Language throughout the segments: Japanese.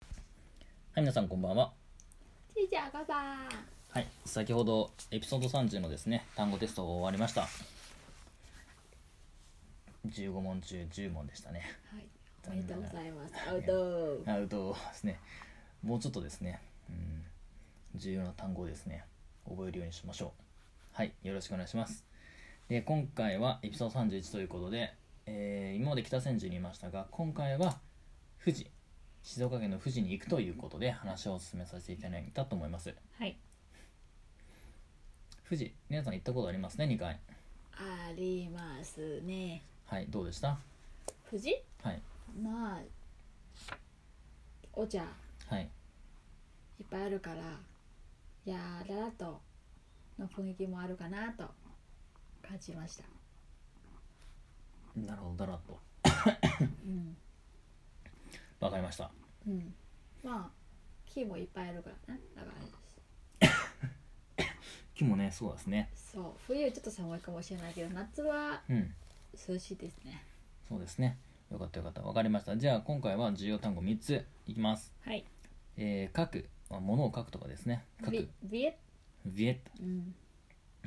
はい、皆さんこんばんは。ちーちゃん、こんばん。はい、先ほどエピソード30のですね、単語テストが終わりました。15問中10問でしたね。はい。おめでとうございます。アウト。アウトですね。もうちょっとですね、うん、重要な単語をですね、覚えるようにしましょう。はい、よろしくお願いします。で、今回はエピソード31ということで、えー今まで北千住にいましたが、今回は富士、静岡県の富士に行くということで話を進めさせていただいたと思います。はい。富士、皆さん行ったことありますね、2回。ありますね。はい、どうでした富士はい、まあ、お茶いはい、っぱいあるから、やららとの雰囲気もあるかなと感じました。なるほど、だらっと。うん。わかりました。うん。まあ、木もいっぱいあるからな。だから木もね、そうですね。そう、冬はちょっと寒いかもしれないけど、夏はうん。涼しいですね。そうですね。よかったよかった。わかりました。じゃあ今回は重要単語3ついきます。はい。えー、書く。まあ物を書くとかですね。書ビく。ビエビエット。う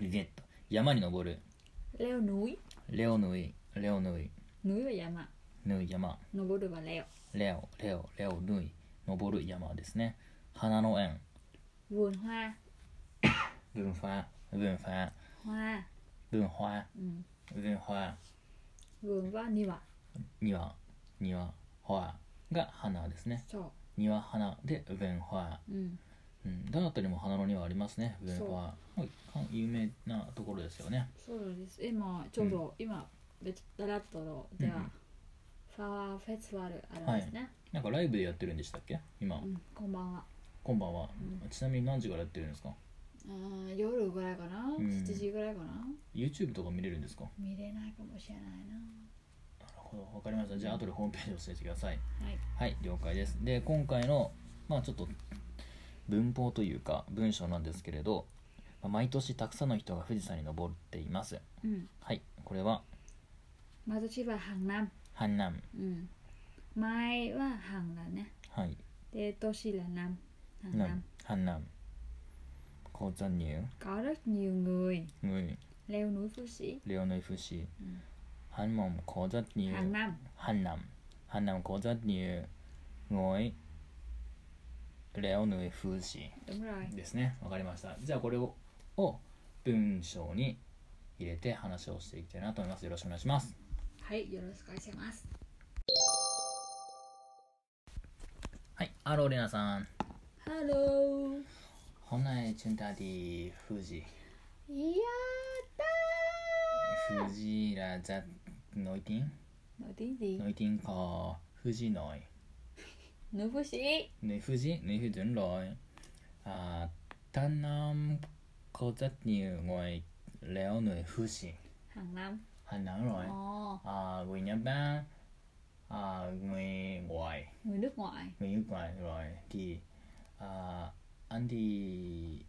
ん。ビエット。山に登る。レオ、ぬい。レオヌイ。レオヌイ。ぬいは山。ヌイ山。登るはレオ。レオ、レオ、レオヌイ。登る山ですね。花の園。 vườn hoa 文化。文化。 hoa 文化。 ừ. 文化。 vườn hoa niwa 庭。庭。花が花ですね。そ庭花で文化。う、うん、うん。どの辺りも花の庭ありますね。文そう化。はいかん有名なところですよね。そうなんです今ちょうど、今ベトダラットのでは、うんうんファワーフェスティバルあるんですね、なんかライブでやってるんでしたっけ今、うん、こんばんは今晩は、うちなみに何時からやってるんですかあー夜ぐらいかな、うん7時ぐらいかな YouTube とか見れるんですかな見れないかもしれないるほどわかりましたじゃあ後でホームページ教えてくださいなはいはい了解ですで今回のまあちょっと文法というか文章なんですけれどまあ毎年たくさんの人が富士山に登っていますうんはいこれは毎年は半南阪南うん前は半だねはいで年は南半南南阪南高山入 có rất nhiều người 無い leo núi Phú Sĩ レオノイフシうん阪門高山入 hàng năm Hàn Nam Hàn Nam có rất nhiều ngôi leo núi Fuji đúng rồi ですねわかりましたじゃあこれをを文章に入れて話をしていきたいなと思いますよろしくお願いしますはい、よろしくお願いします。はいハローレナさん Hello! 本来チュンタディ富士やった富士らザノイティンー Nói tiếng gì? ノイティンか富士ノイ Nói Phú Sĩ ヌイ富士ヌイ富士ロイあタナムコザニュゴイレオヌイ富士 hàng năm ハンナムロイ Ồ, à, người Nhật Bản à, người ngoài người nước ngoại người nước ngoài rồi thì à, anh thì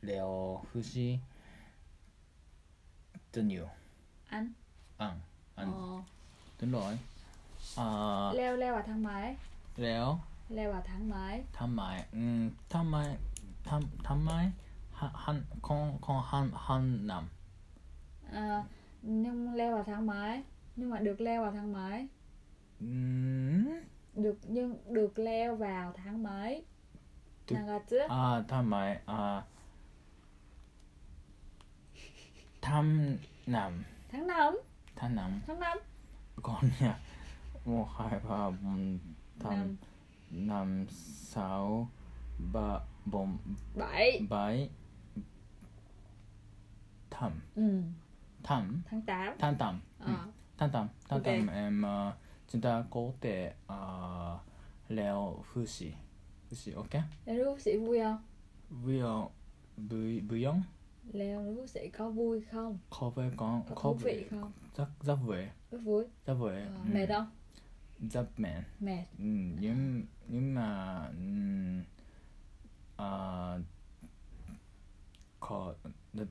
leo Phú Sĩ rất nhiều Anh ăn ăn Ồ đúng rồi à, Leo leo vào thang máy leo Leo vào thang máy thăm mày um, thăm mày thăm thăm mày han con con han han nằm à, Nhưng leo vào thang máy Nhưng mà được leo vào thang máy um, Được nhưng được leo vào thang máy Được. Nagatsu à thăm mày à thăm nằm Tháng năm thăm nằm Tháng năm con nhà một hai ba bốn năm Năm. năm sáu ba bốn Bảy bảy thầm ừ. thầm Tháng tám thầm thầm Ờ thầm thầm thầm Ok. thầm em ờ, chúng ta có thể ờ, leo phu sĩ phu sĩ ok Leo núi Phú Sĩ vui không? vừa vừa vừa giống Leo núi Phú Sĩ có vui không? có vẻ con Có có thú vị vẻ không? rất rất vui Rất vui rất vui Ờ, Ừ, Mệt không? rất mệt mệt Ừ, nhưng nhưng mà ừ, ừm, à, có rất-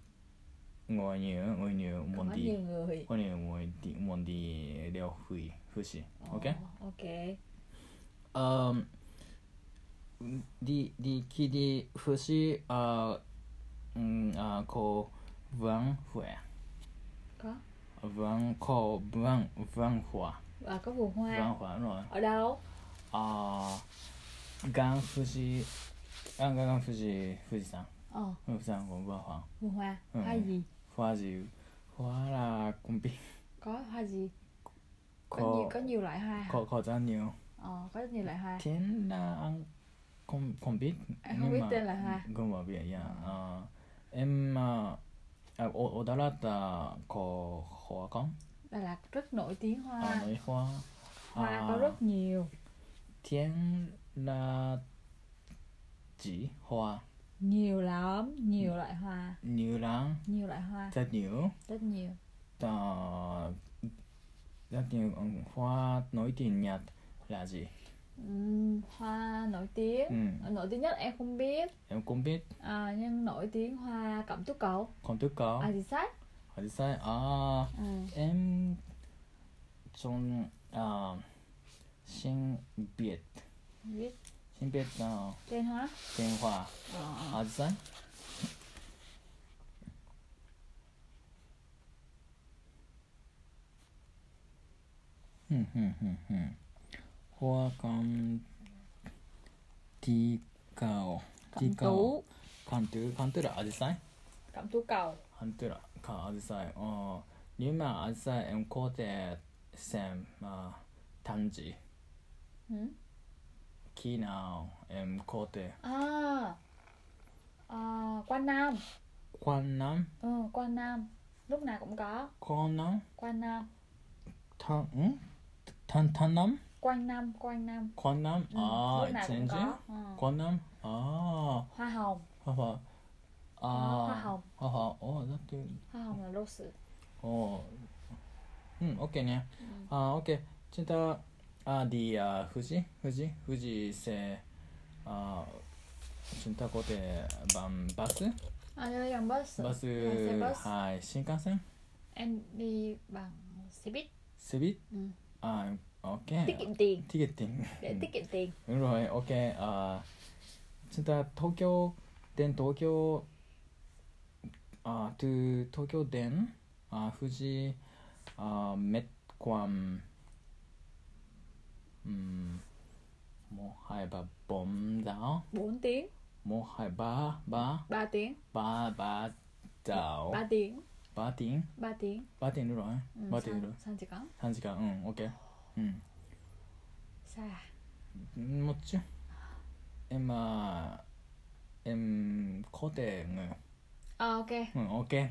ngồi nhiều ngồi nhiều có môn đi nhiều người ngồi nhiều môn đi môn đi Ờ. đều hủy hủy sĩ ok Ồ, ok um, di dikidi fushi a mm a ko vang hue có vang ko vang vang hua và có vườn hoa vang hua đúng rồi ở đâu à gan fushi gan gan gan fushi fuji san ờ fuji san của vang hua vườn hoa Ừ. hoa gì hua gì hua là cũng bị có hoa gì có nhiều có có nhiều loại hoa hả? có có rất nhiều ờ có nhiều loại hoa thiên là ăn à, không không biết Em không biết tên là Hoa. không mà biết yeah. à, em à, à, ở ở Đà Lạt à, có hoa không Đà Lạt rất nổi tiếng hoa à, nói hoa hoa à, có rất nhiều thiên là chỉ hoa nhiều lắm nhiều loại hoa nhiều lắm nhiều loại hoa rất nhiều rất nhiều à, rất nhiều ừ, hoa nổi tiếng Nhật là gì Ừm, hoa nổi tiếng Ờ, Ừ. nổi tiếng nhất em không biết em cũng biết à, nhưng nổi tiếng hoa cẩm tú cầu không thức có à gì sách Ở sai à ừ. Em trong à, sinh biệt viết sinh biệt là trên hóa tên hoa ờ. à dạ Hmm, hmm, hmm, hmm. hoa con ti cao cẩm tú con tử con tử là à dạ cẩm tú cầu Han tror jag kan Azizai och nu med Azizai en kåte sem uh, tanji. ừ. Kina en kåte à, à quan nam kwanam, ừ, quan nam lúc nào cũng có kwanam, quan nam tan, mm? tan tanam, quanh năm quanh năm kwanam, ừ, ah, lúc nào cũng change, có ừ. kwanam, ah, hoa hồng haha, Đó, hoa ah, hồng haha, oh, that do, hoa hồng là rose oh, mm, okay ね。あ、オッケー。ちょっと、あ、で、あ、富士、富士、富士せ、あ、ちょっとこて、バン、バス、 à, đi bằng bus バス、 xe bus はい、新幹線、 em đi bằng xe buýt セビ、 ừ. あ、オッケー。 tiết kiệm tiền ティケティング。 để tiết kiệm tiền うん、はい、オッケー。あ、ちょっと東京、で、東京、あ、と、東京でん、あ、富士、あ、メッコアン、うん、もはやば、ボンダオ。 4 tiếng もはやば、ば、 3 tiếng ば、ば、ダオ。 3 tiếng バーティン、 3 tiếng バーティンルロン、 ừ, バーティンルロ sao, sao chỉ có 3時間、うん、オッケー。うん。 xa à? もちろん。え、まあ、えん、コテン。 Ờ, ok うん、オッケー。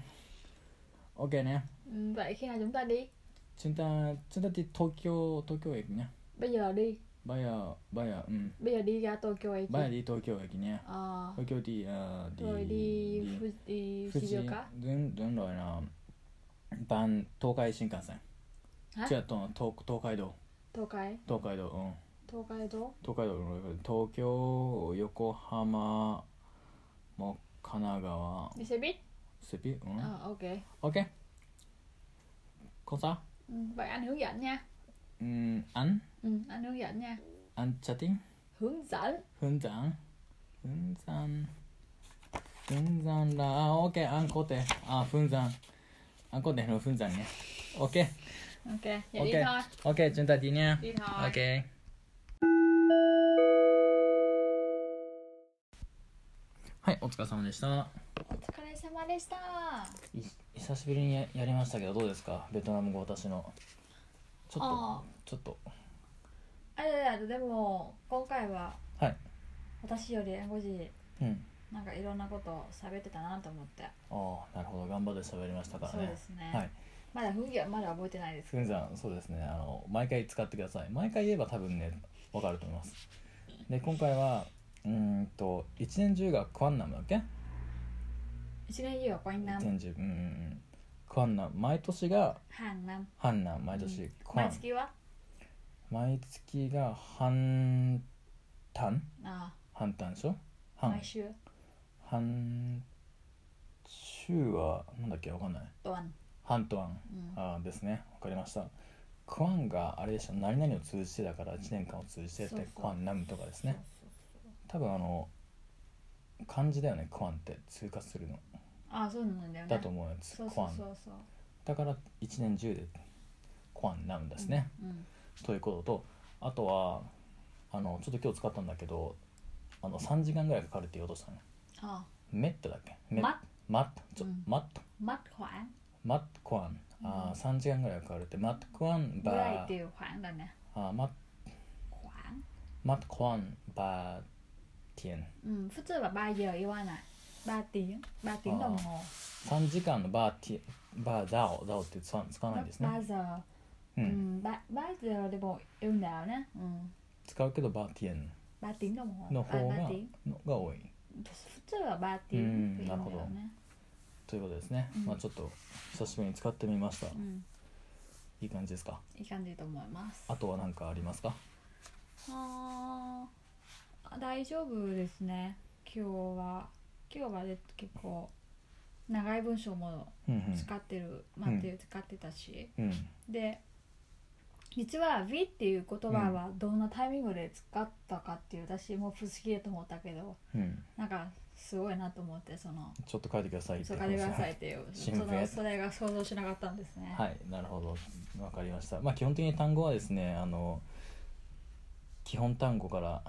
オッケーね。 ừ, vậy khi nào chúng ta đi ちゅんた、ちゅんたって東京、東京駅ね。 bây giờ đi バヤ、バヤ、うん。 bây giờ đi ra Tokyo ấy バヤで東京駅ね。 ờ, 東京で、あ rồi で、đi Fuji, đi 富士、ど Shizuoka ん、どんろいな。バン、東海新幹線。違う、東、東海道。 Tokai 東海道、うん。 Tokaido 東海道東京、横浜、もう神奈川、 đi xe buýt セピ、うん。 ờ, ok Ok. Cô sao? ừ, vậy anh hướng dẫn nha Ừm, anh, ừ, anh hướng dẫn nha anh chatting, hướng dẫn hướng dẫn, hướng dẫn, hướng dẫn là à, ok, anh có thể, à, hướng dẫn, anh có thể nói hướng dẫn nhé. Ok, ok vậy đi Ok. thôi ok, chúng ta đi nha. đi thôi Ok.はい、お疲れ様でした。お疲れ様でしたあい久しぶりにややりましたけど、どうですか、ベトナム語私の。ちょあっと、ちょっと、いやいやでも今回ははい、私より英語時うん。なんかいろんなこと喋ってたなと思ってああなるほど頑張って喋りましたからねそうですねはいまだ雰囲気はまだ覚えてないですふんさんそうですねあの毎回使ってください毎回言えば多分ねわかると思いますで今回はうーんと一年中がクアンナムだっけ一年中はこんな一年中うんうんうんクアンナム毎年が半なハンナム毎年、クアン毎月は毎月がハンタンあハンタンでしょあハン毎週ハン週はなんだっけわかんないドアンハントアンうんあーですねわかりましたクアンがあれでした何々を通じてだから1年間を通じてっそうてそうクアンナムとかですねそうそう多分あの漢字だよねクワンって通過するのあそうなんだよねだと思うやつそうクそワうそンうそうだから一年中でクワンなんですね、うんということとあとはあのちょっと今日使ったんだけどあの3時間ぐらいかかるって言おうとしたのあメットだっけメママッちょ、うんマットマッホンマットクワン、あー3時間ぐらいかかるってマットクワンぐらいバってーいうホンだねあーマッホンマットクワンバーティエンうん普通はバイヤー言わないバーティンバーティンあーのも3時間のバーティバーダオダオって使わ使わバないんですね、ーザーう、うんんババーザーでも言うんだよねうん使うけどバーティエンバーティンのもの方バーバがーティンのが多い普通はバーティンって言うんうだよんなねということですね、うんまあちょっと久しぶりに使ってみました、うんいい感じですかいい感じと思いますあとは何かありますかあー大丈夫ですね今日は今日はで結構長い文章もうんうん使ってる、まあっていう使ってたし、うんで実は「美」っていう言葉はどんなタイミングで使ったかっていう私も不思議だと思ったけどうん、なんかすごいなと思ってそのちょっと書いてください「ってそ話かでください」っていうそ新聞のそれが想像しなかったんですね。はいなるほどわかりましたまあ基本的に単語はですねあの基本単語から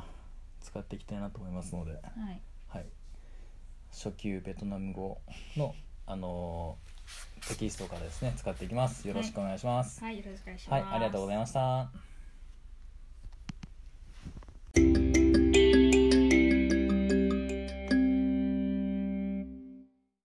使っていきたいなと思いますので、はいはい、初級ベトナム語のあのテキストからですね使っていきますよろしくお願いしますはい、よろしくお願いしはまい、す。ありがとうございました